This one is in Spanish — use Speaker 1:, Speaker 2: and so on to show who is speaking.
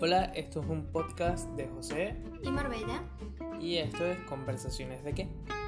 Speaker 1: Hola, esto es un podcast de José
Speaker 2: y Marbella.
Speaker 1: y esto es Conversaciones de qué.